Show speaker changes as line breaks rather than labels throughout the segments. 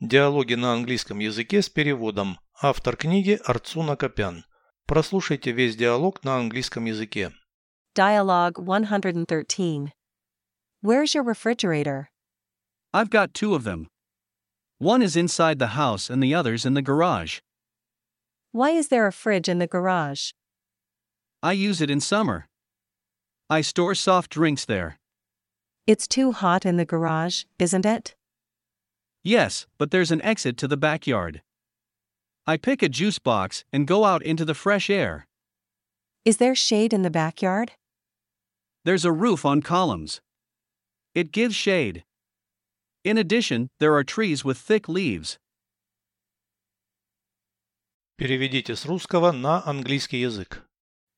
Диалоги на английском языке с переводом. Автор книги Арцуна Копян. Прослушайте весь диалог на английском языке.
Dialogue 113. Where's your refrigerator?
I've got two of them. One is inside the house and the other's in the garage.
Why is there a fridge in the garage?
I use it in summer. I store soft drinks there.
It's too hot in the garage, isn't it?
Yes, but there's an exit to the backyard. I pick a juice box and go out into the fresh air.
Is there shade in the backyard?
There's a roof on columns. It gives shade. In addition, there are trees with thick leaves.
Переведите с русского на английский язык.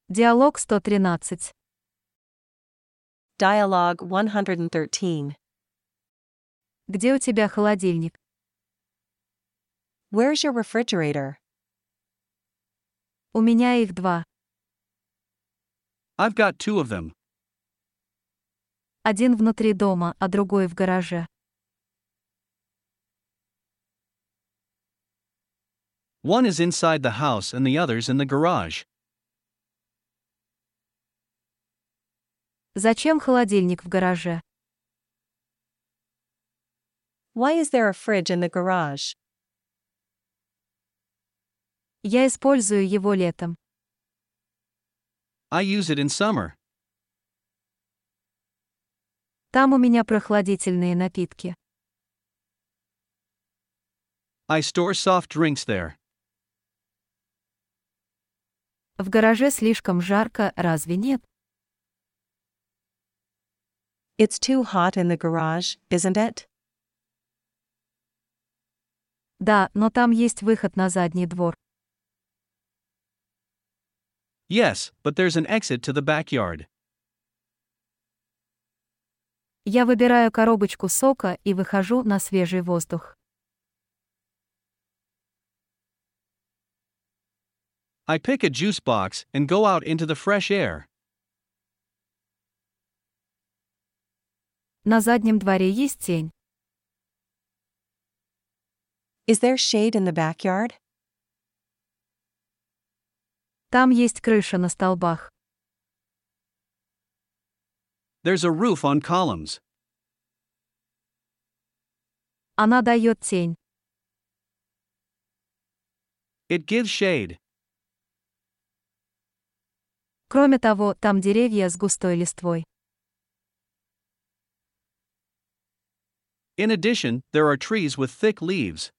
Диалог 113.
Dialogue 113.
Где у тебя холодильник?
Where's your refrigerator?
У меня их два.
I've got two of them.
Один внутри дома, а другой в гараже.
One is inside the house and the other's in the garage.
Зачем холодильник в гараже?
Why is there a fridge in the garage?
Я использую его летом.
I use it in summer.
Там у меня прохладительные напитки.
I store soft drinks there.
В гараже слишком жарко, разве нет?
It's too hot in the garage, isn't it?
Да, но там есть выход на задний двор.
Yes, but there's an exit to the backyard.
Я выбираю коробочку сока и выхожу на свежий воздух.
I pick a juice box and go out into the fresh air.
На заднем дворе есть тень.
Is there shade in the backyard?
Там есть крыша на столбах.
There's a roof on columns.
Она дает тень.
It gives shade.
Кроме того, там деревья с густой листвой.
In addition, there are trees with thick leaves.